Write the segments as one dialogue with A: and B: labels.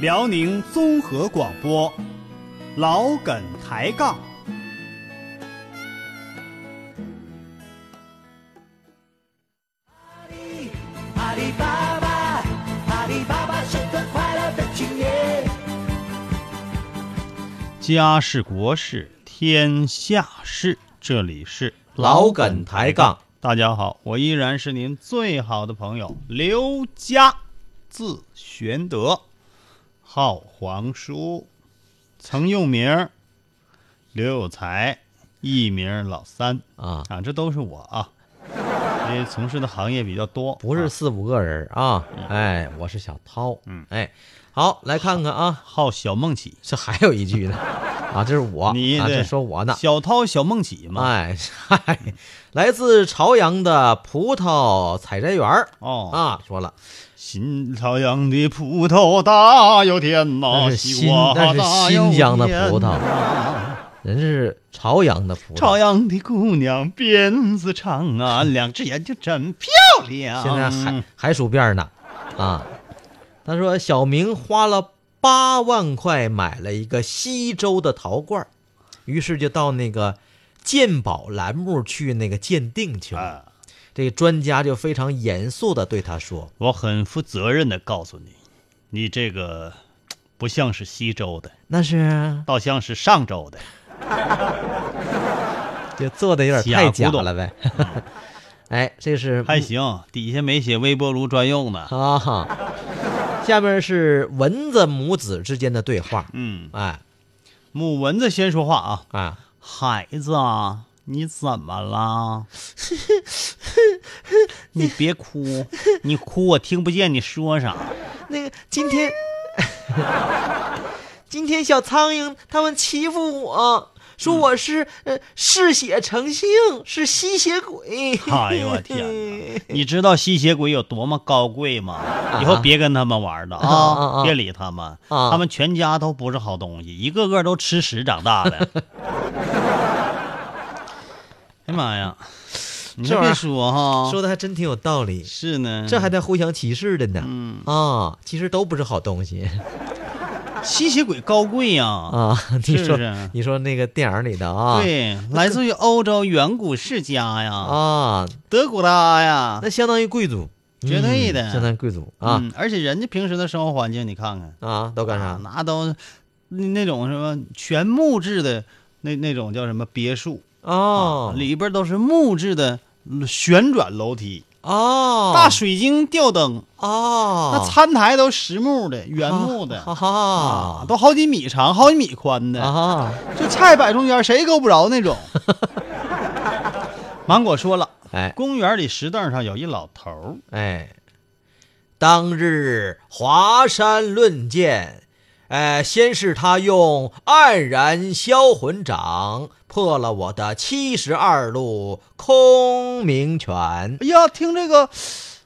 A: 辽宁综合广播，老梗抬杠。
B: 阿里巴巴，阿里巴巴是个快乐的青年。
A: 家事国事天下事，这里是
C: 老梗抬杠，
A: 大家好，我依然是您最好的朋友刘佳，字玄德，号皇叔，曾用名儿刘有才，艺名老三
C: 啊，
A: 啊，这都是我啊，因为从事的行业比较多，
C: 不是
A: 啊
C: 四五个人啊，哎，我是小涛，
A: 嗯
C: 哎，好，来看看啊，
A: 号小梦起，
C: 这还有一句呢，啊，这是我，
A: 你
C: 啊，
A: 对
C: 这说我呢，
A: 小涛小梦起嘛，
C: 哎，嗨，来自朝阳的葡萄采摘园儿
A: 哦
C: 啊，说了，
A: 新朝阳的葡萄大又甜呐，
C: 那是
A: 西
C: 新
A: 瓜
C: 那是
A: 大又
C: 新疆的
A: 甜
C: 葡萄
A: 呐。
C: 人是朝阳的葡
A: 朝
C: 萄，
A: 阳的姑娘辫子长 啊，两只眼睛真漂亮。
C: 现在
A: 嗯
C: 还还数遍呢，啊，他说小明花了八万块买了一个西周的陶罐儿，于是就到那个鉴宝栏目去那个鉴定去了。
A: 啊，
C: 这个专家就非常严肃的对他说
A: 我很负责任的告诉你，你这个不像是西周的，：“
C: 那是
A: 倒像是上周的。
C: 嗯就做的有点太
A: 假
C: 假
A: 古董嗯
C: 了呗。” 哎，这是
A: 还行，底下没写微波炉专用呢。
C: 啊哈。下面是蚊子母子之间的对话。
A: 嗯，
C: 哎
A: 母蚊子先说话啊，
C: 啊，
A: 孩子啊，你怎么 了？你别哭，你哭我听不见你说啥。
C: 那个今天， 今天小苍蝇他们欺负我，说我是、呃嗜血成性，是吸血鬼。
A: 哎呦我天哪！你知道吸血鬼有多么高贵吗？以后别跟他们玩了
C: 啊啊
A: 啊！
C: 啊
A: 别理他们，
C: 啊
A: 他们全家都不是好东西，一个个都吃屎长大 的。哎呀妈呀！你
C: 这
A: 还
C: 玩
A: 别
C: 意儿
A: 说哈，
C: 说的还真挺有道理，
A: 是呢，
C: 这还带互相歧视的呢。
A: 嗯
C: 啊，其实都不是好东西
A: 吸血鬼高贵呀。
C: 啊！ 你
A: 是不
C: 说，
A: 是
C: 你说那个电影里的啊，
A: 对，来自于欧洲远古世家呀，
C: 啊，
A: 德古拉呀，
C: 那相当于贵族，
A: 绝对的
C: 嗯相当于贵族啊、
A: 嗯，而且人家平时的生活环境，你看看。
C: 啊，都干啥？
A: 啊那都那那种什么全木质的那那种叫什么别墅
C: 哦
A: 啊，里边都是木质的嗯旋转楼梯、
C: 哦，
A: 大水晶吊灯，
C: 哦，
A: 那餐台都实木的、原木的。
C: 哈
A: 啊
C: 哈，，
A: 都好几米长，好几米宽的，
C: 啊，
A: 就菜摆中间，谁够不着 那种。芒果说了，
C: 哎
A: 公园里石凳上有一老头儿，
C: 哎，当日华山论剑，哎，先是他用黯然销魂掌破了我的七十二路空明拳，
A: 哎呀，听这个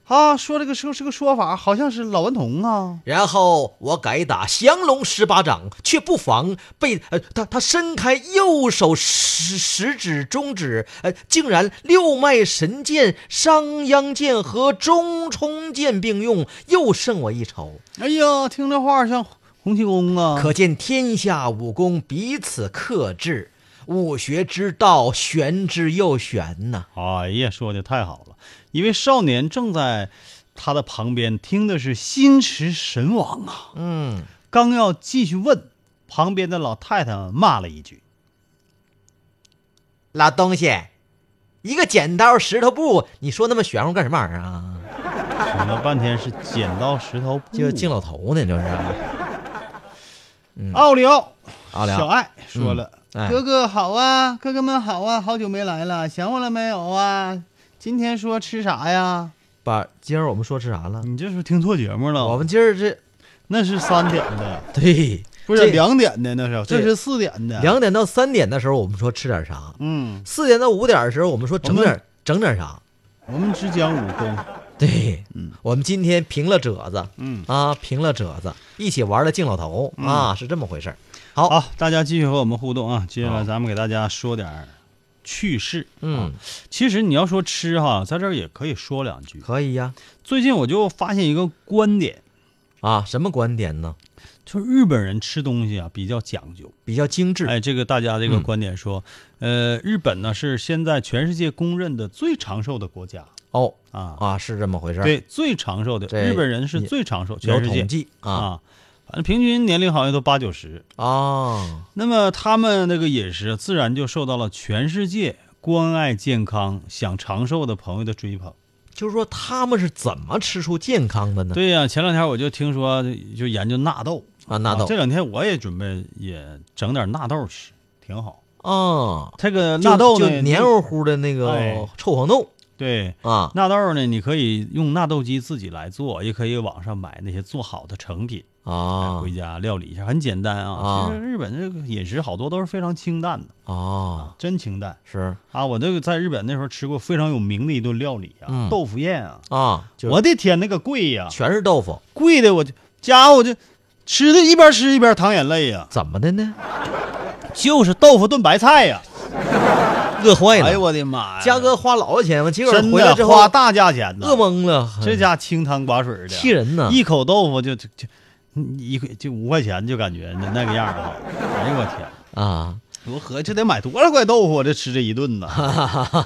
A: 啊，说这个说这个说法，好像是老顽童啊。
C: 然后我改打降龙十八掌，却不防被呃他他伸开右手食食指、中指，呃，竟然六脉神剑、商鞅剑和中冲剑并用，又胜我一筹。
A: 哎呀，听这话像洪七公啊！
C: 可见天下武功彼此克制，武学之道玄之又玄呐、
A: 哎呀，说的太好了！一位少年正在他的旁边听的是心驰神往啊，
C: 嗯，
A: 刚要继续问，旁边的老太太骂了一句
C: 老东西，一个剪刀石头布，你说那么玄乎干什么玩意儿啊？：“
A: 想了半天是剪刀石头布。”
C: 就敬老头呢，就是。
A: 奥利嗯奥，
C: 奥利奥
A: 小爱说了：“
C: 嗯哎
A: 哥哥好啊，哥哥们好啊，好久没来了，想我了没有啊？今天说吃啥呀？
C: 把今儿我们说吃啥了？
A: 你这是听错节目了，
C: 我们今儿 这
A: 那是三点的，
C: 对，
A: 不是
C: 这
A: 两点的，那是这
C: 这
A: 是四点的。
C: 两点到三点的时候，我们说吃点啥；
A: 嗯，
C: 四点到五点的时候，我们说整
A: 我
C: 点整点啥。
A: 我们只讲武功。
C: 对，
A: 嗯
C: 我们今天平了褶子，
A: 嗯，
C: 啊，平了褶子，一起玩了敬老头、啊，是这么回事儿。好，
A: 好，大家继续和我们互动啊！接下来
C: 好
A: 咱们给大家说点儿趣事。
C: 嗯，
A: 其实你要说吃哈，在这儿也可以说两句。
C: 可以呀、
A: 最近我就发现一个观点，
C: 啊。什么观点呢？
A: 就日本人吃东西啊比较讲究，
C: 比较精致。
A: 哎，这个大家这个
C: 嗯
A: 观点说，呃，日本呢是现在全世界公认的最长寿的国家
C: 哦
A: 啊，
C: 啊，是这么回事儿。
A: 对，最长寿的
C: 这
A: 日本人是最长寿，
C: 有
A: 全世界
C: 统计啊
A: 啊，反正平均年龄好像都八九十。
C: 啊，
A: 那么他们那个饮食自然就受到了全世界关爱健康、想长寿的朋友的追捧。
C: 就是说他们是怎么吃出健康的呢？
A: 对呀、前两天我就听说就研究纳豆
C: 啊，纳豆
A: 这两天我也准备也整点纳豆吃，挺好。
C: 啊，
A: 这个
C: 就
A: 纳豆
C: 就
A: 呢，
C: 黏糊糊的那个
A: 哎
C: 臭黄豆
A: 对。
C: 啊，
A: 纳豆呢？你可以用纳豆机自己来做，也可以网上买那些做好的成品
C: 啊
A: 回家料理一下，很简单
C: 啊
A: 啊。其实日本这个饮食好多都是非常清淡的，
C: 啊，
A: 真清淡。
C: 是
A: 啊，我这个在日本那时候吃过非常有名的一顿料理啊，
C: 嗯
A: 豆腐宴啊，
C: 啊，就
A: 我的天，那个贵呀、
C: 全是豆腐，
A: 贵的我就家伙就吃的一边吃一边淌眼泪呀、
C: 怎么的呢？
A: 就是豆腐炖白菜呀、
C: 饿坏
A: 哎呦
C: 了。
A: 我的妈呀，
C: 嘉哥花老多钱了，结果
A: 真
C: 回来之
A: 的
C: 后
A: 花大价钱呢
C: 饿，懵了，
A: 这家清汤寡水的，
C: 气人啊呐
A: 一口豆腐就就就一块就五块钱就感觉那那个样儿啊，哎呦我天。
C: 啊！
A: 我合计这得买多少块豆腐，我啊这吃这一顿呢？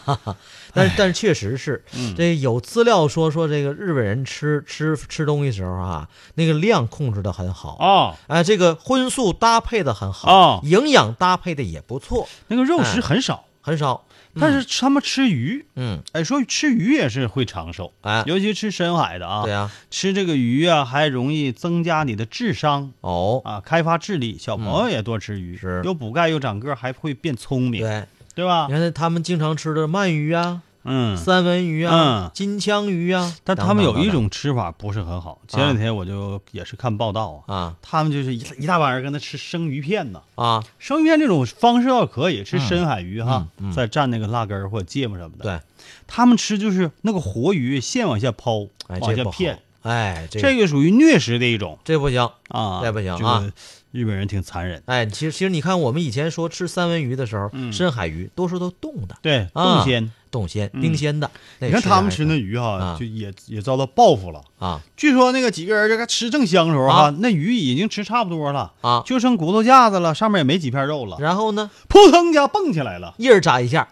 C: 但是但是确实是，这有资料说说这个日本人吃吃吃东西时候啊，那个量控制的很好
A: 啊，
C: 哎，这个荤素搭配的很好，
A: 哦
C: 营养搭配的也不错，
A: 那个肉食很少，
C: 很少。
A: 但是他们吃鱼，
C: 嗯，
A: 哎，说吃鱼也是会长寿，
C: 哎
A: 尤其吃深海的啊，
C: 对啊，
A: 吃这个鱼啊，还容易增加你的智商
C: 哦，
A: 啊，开发智力。小朋友也多吃鱼，
C: 嗯是
A: 又补钙又长个儿，还会变聪明，
C: 对，
A: 对吧
C: 你？看他们经常吃的鳗鱼啊、
A: 啊嗯。
C: 三文鱼
A: 嗯、
C: 啊金枪鱼啊，
A: 但他们
C: 等等
A: 有一
C: 等等
A: 种吃法不是很好，前两天我就也是看报道啊，
C: 啊
A: 他们就是一一大帮人跟他吃生鱼片呢，
C: 啊，
A: 生鱼片这种方式倒可以，吃深海鱼哈
C: 嗯嗯，
A: 再蘸那个辣根儿或者芥末什么的。
C: 对，
A: 他们吃就是那个活鱼现往下抛，
C: 哎，
A: 往
C: 这
A: 下
C: 不好
A: 片，，
C: 哎，这
A: 这个属于虐食的一种。
C: 这不行。
A: 啊，
C: 这不行
A: 这
C: 啊
A: 个日本人挺残忍，
C: 哎，其实其实你看，我们以前说吃三文鱼的时候，
A: 嗯
C: 深海鱼多数都冻的，
A: 对，
C: 啊
A: 冻鲜。
C: 冻鲜、冰鲜的。
A: 嗯
C: 那
A: 你看他们吃
C: 着
A: 那鱼哈、
C: 啊
A: 就也也遭到报复了。
C: 还啊
A: 据说那个几个人这个吃正香的时候哈、
C: 啊
A: 那鱼已经吃差不多了，
C: 啊，
A: 就剩骨头架子了，上面也没几片肉了，
C: 然后呢，
A: 扑腾一下蹦起来了。
C: 叶儿扎一下，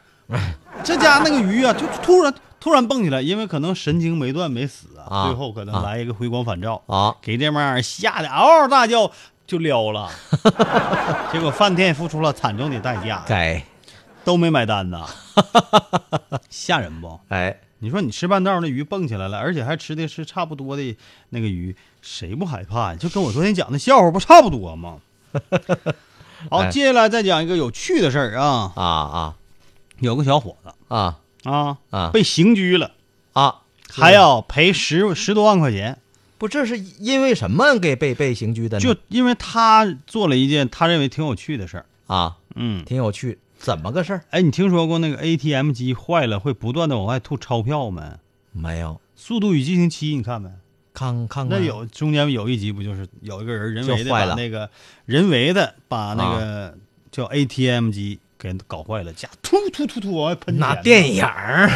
A: 这家那个鱼啊，就突然突然蹦起来，因为可能神经没断没死啊，
C: 啊
A: 最后可
C: 啊
A: 能来一个回光返照，
C: 啊
A: 给这帮人吓得嗷嗷大叫就撩了， 结果饭店付出了惨重的代价。
C: 该
A: 都没买单呐， 吓人不？
C: 哎
A: 你说你吃半道那鱼蹦起来了，而且还吃的是差不多的那个鱼，谁不害怕呀？就跟我昨天讲的笑话不差不多吗？好，
C: 哎
A: 接下来再讲一个有趣的事儿啊，
C: 啊啊
A: 有个小伙子
C: 啊
A: 啊
C: 啊
A: 被刑拘了，
C: 啊，
A: 还要赔十十多万块钱，
C: 不，这是因为什么给被被刑拘的呢？
A: 就因为他做了一件他认为挺有趣的事儿。
C: 啊，
A: 嗯，
C: 挺有趣，怎么个事儿？
A: 哎，你听说过那个 ATM 机坏了会不断的往外吐钞票没？《
C: 没有，啊
A: 速度与激情七》你看没？
C: 看看
A: 那
C: 看
A: 有中间有一集不就是有一个人人为
C: 就
A: 的
C: 坏
A: 把
C: 了啊
A: 那个人为的把那个叫 ATM 机给搞坏了，加突突突突往外喷
C: 拿
A: 钱
C: 电 影儿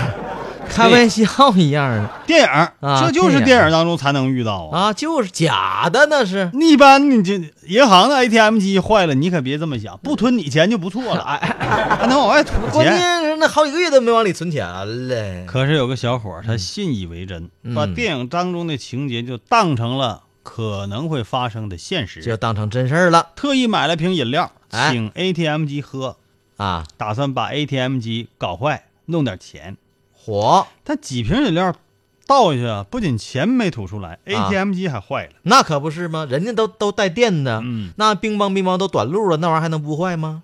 C: 开玩笑一样的
A: 电影儿，
C: 啊
A: 这就是
C: 电影
A: 电影当中才能遇到啊。
C: 啊，就是假的那是。
A: 你一般你这银行的 ATM 机坏了，你可别这么想，不吞你钱就不错了，哎还能往外吐
C: 嗯关
A: 钱。
C: 键是那好几个月都没往里存钱嘞。
A: 可是有个小伙儿他信以为真，
C: 嗯
A: 把电影当中的情节就当成了可能会发生的现
C: 就
A: 实，
C: 当成真事儿了
A: 特意买了瓶饮料，
C: 哎
A: 请 ATM 机喝。
C: 啊！
A: 打算把 ATM 机搞坏，弄点钱。
C: 火，
A: 但几瓶饮料倒下去啊，不仅钱没吐出
C: 啊
A: 来，ATM 机还坏了。
C: 那可不是吗？人家都都带电的，
A: 嗯，
C: 那乒乓乒乓都短路了，那玩意儿还能不坏吗？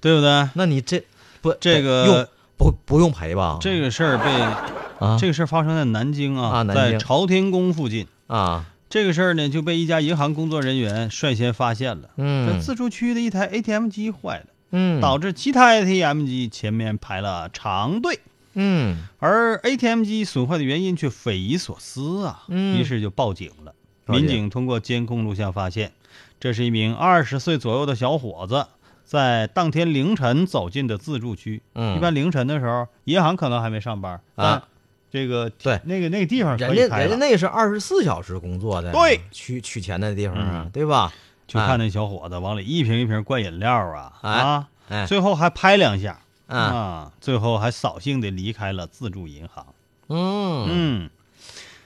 A: 对不对？
C: 那你这不
A: 这个
C: 用不不用赔吧？
A: 这个事儿被、
C: 哎啊
A: 这个事儿发生在南京啊，
C: 啊南京
A: 在朝天宫附近。
C: 啊
A: 这个事儿呢，就被一家银行工作人员率先发现了。这
C: 嗯
A: 自助区的一台 ATM 机坏了，
C: 嗯
A: 导致其他 ATM 机前面排了长队，
C: 嗯
A: 而 ATM 机损坏的原因却匪夷所思啊！
C: 嗯
A: 于是就报警了。
C: 报警
A: 民警通过监控录像发现，这是一名二十岁左右的小伙子在当天凌晨走进的自助区。
C: 嗯
A: 一般凌晨的时候，银行可能还没上班
C: 啊，
A: 但这个
C: 对
A: 那个那个地方可
C: 人
A: 以
C: 家
A: 拍
C: 人家
A: 了
C: 那是二十四小时工作的，
A: 对，嗯
C: 取取钱的地方啊，对吧？
A: 就
C: 啊
A: 看那小伙子往里一瓶一瓶灌饮料啊
C: 哎
A: 啊，
C: 哎，
A: 最后还拍两下
C: 啊
A: 啊，最后还扫兴的离开了自助银行。
C: 嗯，
A: 嗯，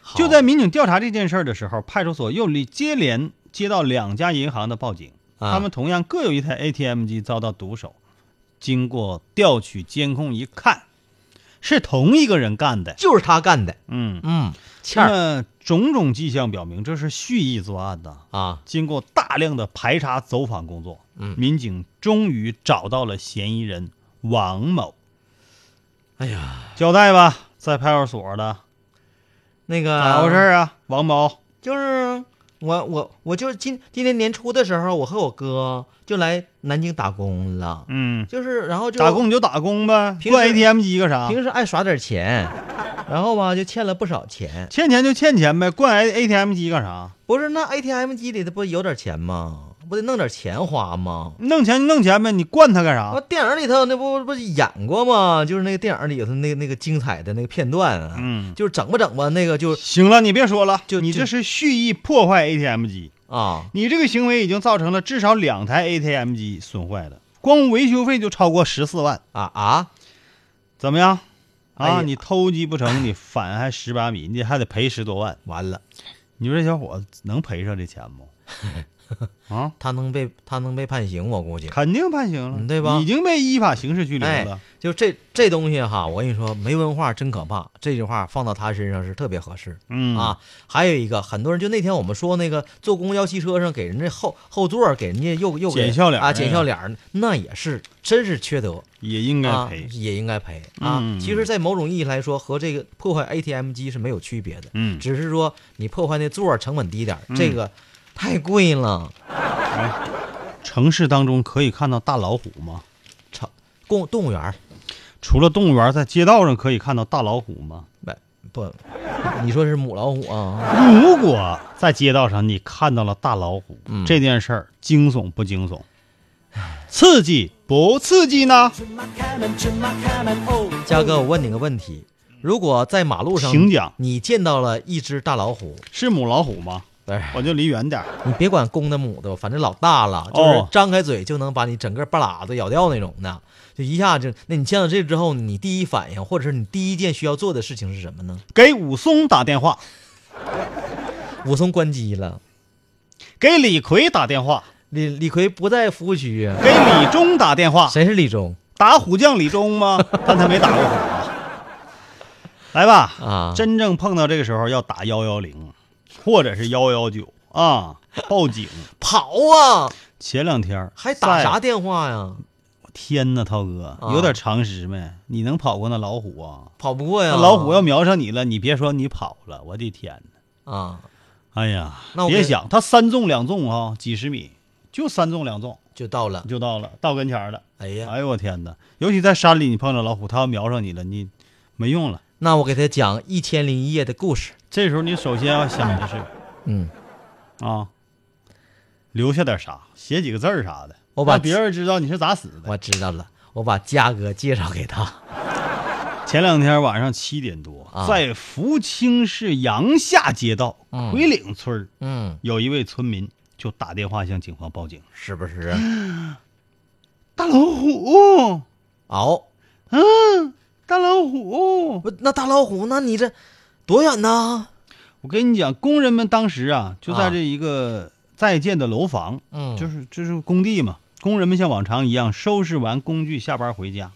C: 好
A: 就在民警调查这件事儿的时候，派出所又立接连接到两家银行的报警，
C: 啊
A: 他们同样各有一台 ATM 机遭到毒手。经过调取监控一看，是同一个人干的。
C: 就是他干的，
A: 嗯，
C: 啊嗯，欠
A: 那
C: 儿
A: 么种种迹象表明，这是蓄意作案的。
C: 啊，
A: 经过大量的排查走访工作，
C: 嗯
A: 民警终于找到了嫌疑人王某。
C: 哎呀，
A: 交代吧，在派出所的
C: 那
A: 咋
C: 个
A: 回事啊？王某，
C: 就是我我我就是今今年年初的时候，我和我哥就来南京打工了，
A: 嗯，
C: 就是然后就
A: 打工你啊就打工呗，
C: 平时
A: 赚 ATM 机干啥？
C: 平时爱耍点钱，然后吧就欠了不少钱。
A: 欠钱就欠钱呗，灌 A ATM 机干啥？
C: 不是那 ATM 机里的不有点钱吗？不得弄点钱花吗？
A: 弄钱就弄钱呗，你灌它干
C: 啊，
A: 啥？
C: 电影里头那不不是演过吗？就是那个电影里头那那个精彩的那个片段啊，
A: 嗯
C: 就是整吧整吧，那个就
A: 行了，你别说了，
C: 就
A: 你
C: 就
A: 这是蓄意破坏 ATM 机，
C: 啊，
A: 你这个行为已经造成了至少两台 ATM 机损坏了，光维修费就超过十四万。
C: 啊啊！
A: 怎么样？
C: 哎呀
A: 啊，你偷鸡不成，你反还十八米，你还得赔十多万。
C: 完了，
A: 你说这小伙子能赔上这钱吗？ 啊，
C: 他能被他能被判刑，我估计。
A: 肯定判刑了，
C: 嗯对吧
A: 已经被依法刑事拘留
C: 哎
A: 了。，
C: 就这这东西哈，我跟你说，没文化真可怕。这句话放到他身上是特别合适、
A: 嗯，
C: 啊。还有一个，很多人就那天我们说那个坐公交汽车上给人家后后座给人家又又给
A: 捡笑脸
C: 啊，
A: 那个
C: 捡笑脸儿，那也是真是缺德。
A: 也应该
C: 啊
A: 赔，。
C: 也应该赔啊。
A: 嗯
C: 其实，在某种意义来说，和这个破坏 ATM 机是没有区别的，
A: 嗯，
C: 只是说你破坏那座儿成本低点儿，这个太贵了。
A: 城市当中可以看到大老虎吗？
C: 成动动物园儿
A: 除了动物园，在街道上可以看到大老虎吗？
C: 不不，你说是母老虎啊？
A: 如果在街道上你看到了大老虎，这件事儿惊悚不惊悚？刺激不刺激呢？
C: 嘉哥，我问你个问题：如果在马路上，
A: 请讲
C: 你见到了一只大老虎，
A: 是母老虎吗？
C: 哎，
A: 我就离远点儿。
C: 你别管公的母的，反正老大了，就
A: 哦
C: 是张开嘴就能把你整个半拉子咬掉那种的，就一下就。那你见到这之后，你第一反应或者是你第一件需要做的事情是什么呢？
A: 给武松打电话，
C: 武松关机了，
A: 给李逵打电话，
C: 李李逵不在服务区啊。
A: 给李忠打电话。
C: 谁是李忠
A: 打虎将李忠吗？但他没打过虎啊。来吧，
C: 啊？
A: 真正碰到这个时候要打幺幺零，或者是幺幺九啊，报警。
C: 跑啊！
A: 前两天儿
C: 还打
A: 在
C: 啥？电话呀？
A: 天呐，涛哥，
C: 啊
A: 有点常识没？你能跑过那老虎啊？
C: 跑不过呀！
A: 那老虎要瞄上你了，你别说你跑了，我的天呐！
C: 啊，
A: 哎呀，
C: 那我
A: 别
C: 跟
A: 想，他三纵两纵啊，几十米就三纵两纵
C: 就到了。
A: 就到了，到跟前儿了。
C: 哎呀，
A: 哎呦我天哪！尤其在山里，你碰着老虎，它要瞄上你了，你没用了。
C: 那我给他讲《一千零一夜》的故事。
A: 这时候你首先要想的是
C: 嗯，
A: 啊，留下点啥，写几个字儿啥的，
C: 我把
A: 让别人知道你是咋死的。
C: 我知道了，我把嘉哥介绍给他。
A: 前两天晚上七点多，
C: 啊
A: 在福清市杨下街道
C: 嗯
A: 奎岭村儿
C: 嗯，
A: 有一位村民就打电话向警方报警：
C: 是不是？
A: 大老虎，
C: 哦，
A: 嗯，大老虎。
C: 不，那大老虎，那你这多远呢？
A: 我跟你讲，工人们当时啊，就在
C: 啊
A: 这一个在建的楼房，
C: 嗯
A: 就是就是工地嘛。工人们像往常一样收拾完工具下班回家。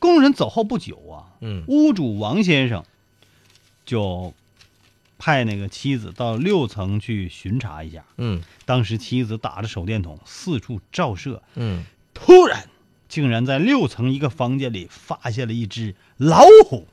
A: 工人走后不久啊，
C: 嗯
A: 屋主王先生就派那个妻子到六层去巡查一下。
C: 嗯
A: 当时妻子打着手电筒四处照射，
C: 嗯，
A: 突然竟然在六层一个房间里发现了一只老虎，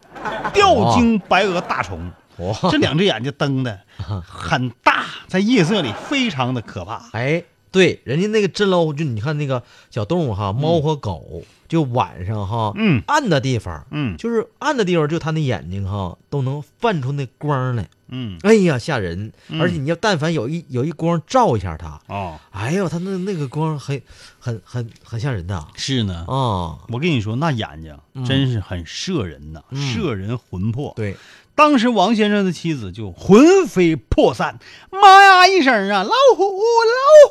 A: 吊睛白额大虫。
C: 我
A: 这两只眼睛瞪的很大，在夜色里非常的可怕。
C: 哎，对，人家那个镇lâu，就你看那个小动物哈，猫和狗，就晚上哈，
A: 嗯
C: 暗的地方，
A: 嗯
C: 就是暗的地方，就它那眼睛哈，都能泛出那光来。
A: 嗯，
C: 哎呀，吓人！而且你要但凡有一有一光照一下它，
A: 哦，
C: 哎呦，它那那个光很很很很吓人的啊、哦
A: 是呢。我跟你说，那眼睛真是很摄人呐，
C: 嗯
A: 摄人魂魄。
C: 对，
A: 当时王先生的妻子就魂飞魄散，妈呀一声啊，老虎，老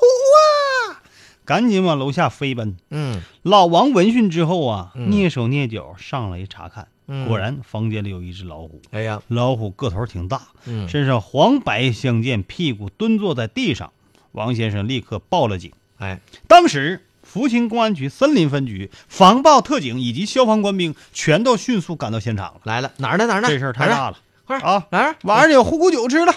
A: 虎啊！赶紧往楼下飞奔。
C: 嗯
A: 老王闻讯之后啊，
C: 嗯
A: 蹑手蹑脚上来查看，
C: 嗯
A: 果然房间里有一只老虎。
C: 哎呀，
A: 老虎个头挺大，
C: 嗯
A: 身上黄白相间，屁股蹲坐在地上。王先生立刻报了警。
C: 哎，
A: 当时，福清公安局森林分局、防暴特警以及消防官兵全都迅速赶到现场了。
C: 来了，哪儿呢？哪儿呢？
A: 这事儿太
C: 哪儿呢，
A: 大了，
C: 快点
A: 啊！
C: 哪儿？
A: 晚上有虎骨酒吃了，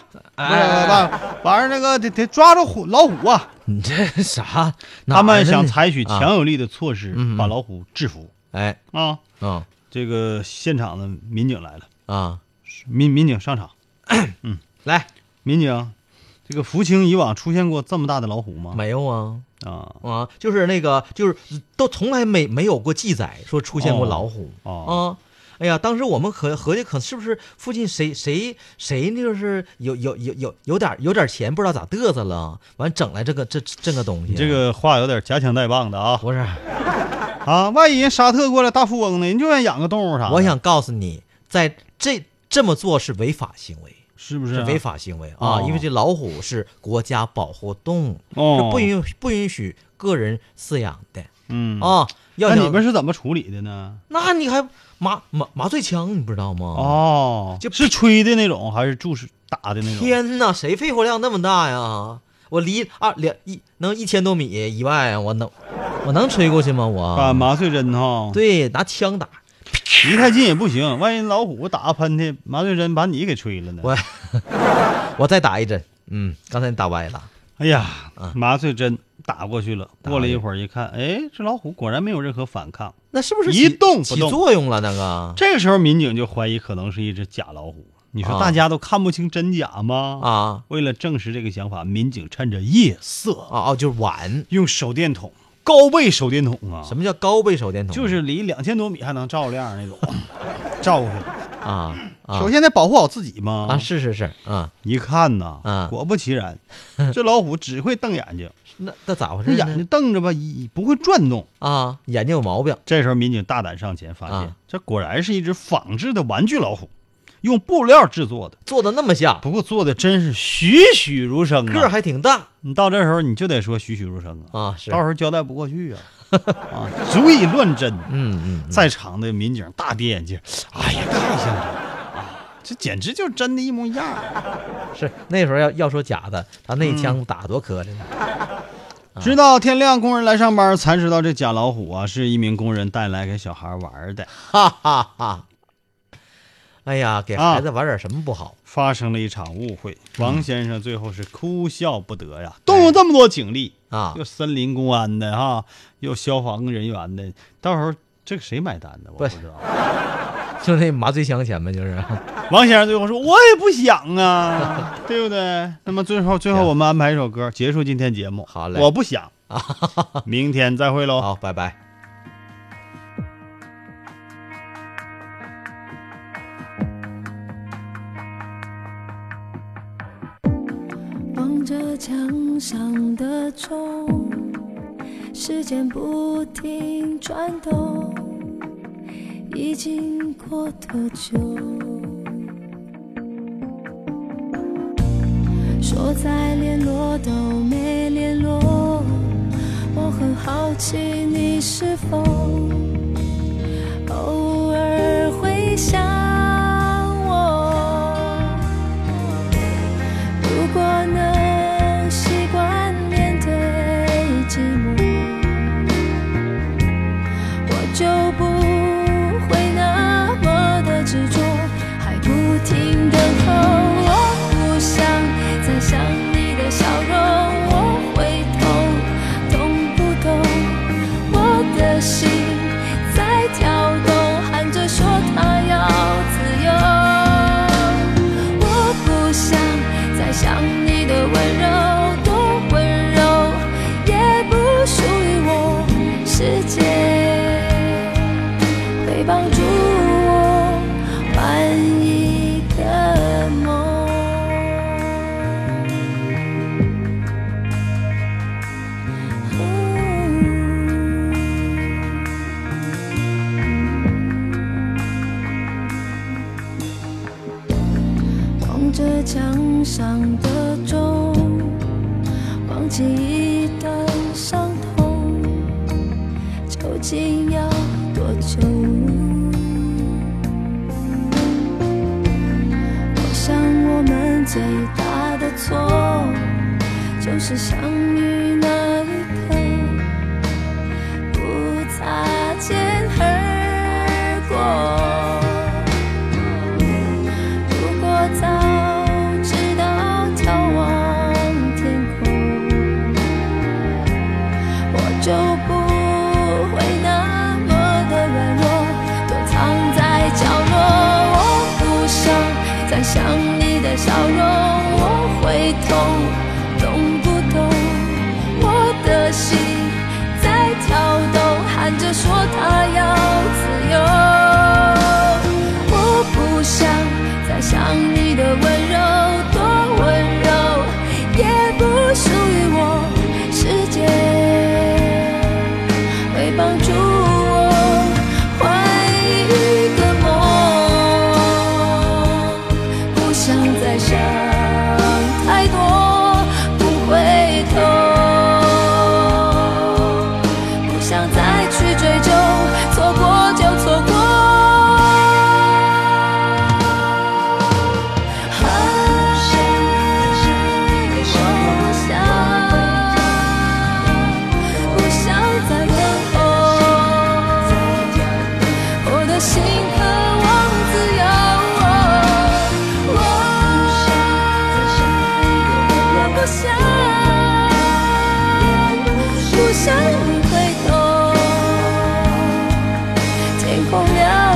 A: 晚
C: 哎
A: 上晚上那个得得抓住虎老虎啊！
C: 你这啥？哪儿
A: 他们
C: 呢
A: 想
C: 你
A: 采取
C: 啊
A: 强有力的措施
C: 嗯嗯
A: 把老虎制服
C: 哎，
A: 啊！
C: 嗯
A: 这个现场的民警来了，
C: 啊，
A: 民民警上场，
C: 来，
A: 民警，这个福清以往出现过这么大的老虎吗？
C: 没有啊
A: 啊，
C: 啊，就是那个，就是都从来没没有过记载说出现过
A: 哦
C: 老虎
A: 哦
C: 啊。哎呀，当时我们可合计，可是不是附近谁谁谁就是有有有有有点有点钱，不知道咋嘚瑟了，完整来这个这这个东西，啊
A: 你这个话有点夹枪带棒的啊
C: 不是，
A: 啊！万一人沙特过来大富翁呢，人就愿意养个动物啥的，
C: 我想告诉你，在这这么做是违法行为。
A: 是不是
C: 是
A: 啊
C: 违？法行为啊，
A: 哦
C: 因为这老虎是国家保护动物，
A: 哦
C: 是不允不允许个人饲养的
A: 嗯，
C: 啊。要
A: 那
C: 想
A: 你们是怎么处理的呢？
C: 那你还麻麻麻醉枪，你不知道吗？
A: 哦，
C: 就是
A: 吹的那种还是注射打的那种？
C: 天哪，谁肺活量那么大呀？我离二两一能一千多米以外，啊我能我能吹过去吗？
A: 打
C: 我
A: 啊麻醉针哈，
C: 对拿枪打
A: 离太近也不行，万一老虎打个喷嚏，麻醉针把你给吹了呢。
C: 我，我再打一针。嗯，刚才你打歪了。
A: 哎呀，麻醉针打过去了，啊过了一会儿一看，哎，这老虎果然没有任何反抗。
C: 那是不是
A: 一
C: 起
A: 动不
C: 起
A: 动
C: 作用了？那个
A: 这个时候，民警就怀疑可能是一只假老虎。你说
C: 啊
A: 大家都看不清真假吗？，
C: 啊
A: 为了证实这个想法，民警趁着夜色，
C: 啊啊，就是碗。
A: 用手电筒，高倍手电筒啊，
C: 什么叫高倍手电筒？
A: 就是离两千多米还能照亮 那种，照过去了。
C: 啊啊
A: 首先得保护好自己嘛。
C: 啊，是是是，啊，
A: 一看呐，
C: 啊
A: 果不其 然，这老虎只会瞪 眼睛，
C: 那那咋回
A: 这
C: 事呢？
A: 眼睛瞪着吧，一不会转动。
C: 啊，眼睛有毛病
A: 这时候民警大胆上前，发现、
C: 啊
A: 这果然是一只仿制的玩具老虎，用布料制作的。
C: 做的那么像，
A: 不过做的真是栩栩如生
C: 个儿
A: 啊！
C: 还挺大
A: 你到这时候你就得说栩栩如生啊，
C: 啊，是
A: 到，时候交代不过去啊， 啊，足以乱真。
C: 嗯嗯，
A: 在场的民警大跌眼镜，哎呀，太像真了啊！这简直就是真的一模一样啊。
C: 是那时候要要说假的，他
A: 嗯
C: 那一枪打多磕碜呢
A: 直到天亮，工人来上班，才知道这假老虎啊是一名工人带来给小孩玩的。
C: 哈哈哈！哎呀，给
A: 啊
C: 孩子玩点什么不好？
A: 发生了一场误会，
C: 嗯
A: 王先生最后是哭笑不得呀！动用这么多警力
C: 啊
A: 又森林公安的哈，又消防人员的，到时候这个谁买单呢？我不
C: 不
A: 知道。
C: 就那麻醉枪钱呗，就是
A: 王先生最后说：“我也不想 啊，对不对？”那么最后，最后
C: 行
A: 我们安排一首歌结束今天节目。
C: 好嘞
A: 我不 想，明天再会喽。
C: 好，拜拜。
D: 望着墙上的钟，时间不停转动，已经过多久？说再联络都没联络，我很好奇你是否偶尔会想我。如果能习惯面对寂寞，我就不会那么的执着，还不停等候。我不想再想你的笑容，我回头，懂不懂？我的心在跳动，喊着说它要自由。我不想再想你的温柔，多温柔，嗯着墙上的钟，忘记一段伤痛，究竟要多久？我想我们最大的错，就是相遇那一刻。不擦肩而过。如果早知道眺望天空，我就不会那么的软弱，躲藏在角落。我不想再想你的笑容，我会痛，懂不懂？我的心在跳动，喊着说它要自由。我不想再想你的温柔，多温柔，也不属于我。世界会帮助我换一个梦，不想再想太多，不回头，不想再去追究，错过就错过。啊，我不想，不想再等候，我的心渴望自由。我我不想，不想你回头，天空辽